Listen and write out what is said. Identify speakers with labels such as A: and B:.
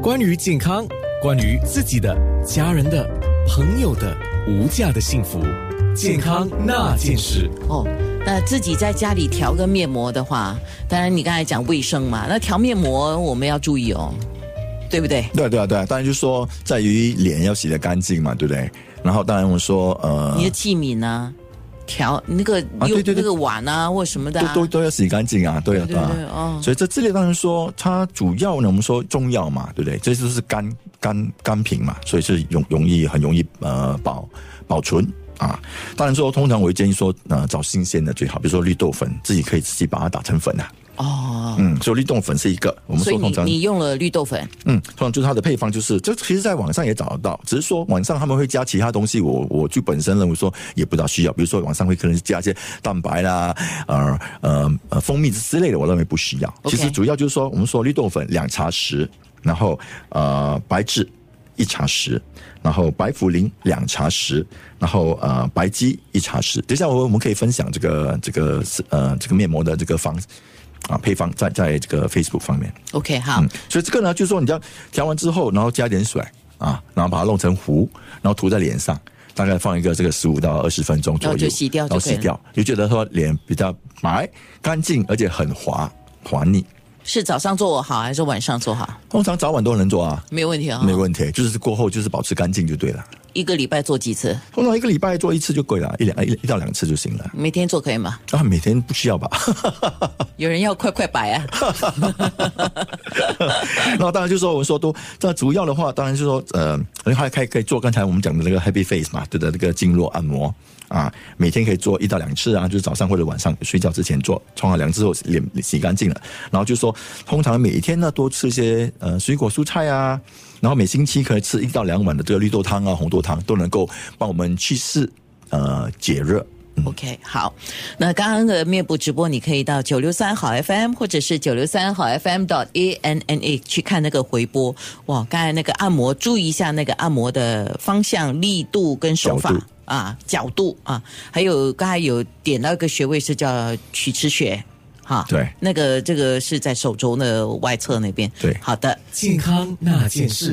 A: 关于健康，关于自己的、家人的、朋友的无价的幸福，健康那件事。
B: 哦，那自己在家里调个面膜的话，当然你刚才讲卫生嘛，那调面膜我们要注意哦，对不对？
C: 对啊，对啊，对啊，当然就说在于脸要洗得干净嘛，对不对？然后当然我说呃
B: 你，的器皿呢、调那个用、
C: 啊对对对
B: 那个碗啊或什么的、
C: 都
B: 啊，
C: 都都要洗干净啊，对啊，
B: 对
C: 啊
B: 对。哦
C: 所以这这类当然说它主要呢，我们说中药嘛，对不对？这就是干干干品嘛，所以是容容易很容易呃保保存。啊，当然说，通常我会建议说，呃，找新鲜的最好，比如说绿豆粉，自己可以自己把它打成粉啊。
B: 哦，
C: 嗯，所以绿豆粉是一个，我们
B: 所以
C: 说
B: 你
C: 通常
B: 你用了绿豆粉，
C: 嗯，通常就是它的配方就是，这其实在网上也找得到，只是说网上他们会加其他东西，我我就本身认为说也不大需要，比如说网上会可能加一些蛋白啦，呃呃呃蜂蜜之类的，我认为不需要。
B: OK
C: 其实主要就是说，我们说绿豆粉两茶匙，然后呃白芷一茶匙，然后白茯苓两茶匙，然后呃白鸡一茶匙。等一下我我们可以分享这个这个是呃这个面膜的这个方啊配方在在这个 Facebook 方面。
B: OK，好，
C: 嗯，所以这个呢，就是说你要调完之后，然后加点水啊，然后把它弄成糊，然后涂在脸上，大概放一个这个十五到二十分钟左右，
B: 然后就洗掉就
C: 然后洗
B: 可以
C: 掉，就觉得说脸比较白、干净，而且很滑滑腻。
B: 是早上做好还是晚上做好？
C: 通常早晚都能做啊，
B: 没有问题啊、
C: 没问题，就是过后就是保持干净就对了。
B: 一个礼拜做几次？
C: 通常一个礼拜做一次就可以了，一两一一到两次就行了。
B: 每天做可以吗？
C: 啊，每天不需要吧？
B: 有人要快快摆啊！
C: 然后当然就是说，我们说都，那主要的话，当然就是说，呃，还可以可以做刚才我们讲的那个 Happy Face 嘛，对的，那个经络按摩啊，每天可以做一到两次啊，就是早上或者晚上睡觉之前做，冲好凉之后脸洗干净了，然后就说，通常每天呢多吃一些呃水果蔬菜啊，然后每星期可以吃一到两碗的这个绿豆汤啊、红豆汤，都能够帮我们去湿呃解热。
B: OK，好，那刚刚的面部直播，你可以到九六三好 FM 或者是九六三好 FM dot a n n a 去看那个回播。哇，刚才那个按摩，注意一下那个按摩的方向、力度跟手法
C: 角度
B: 啊，角度啊，还有刚才有点到一个穴位是叫曲池穴，哈，
C: 对
B: 那个这个是在手肘的外侧那边。
C: 对
B: 好的，
A: 健康那件事。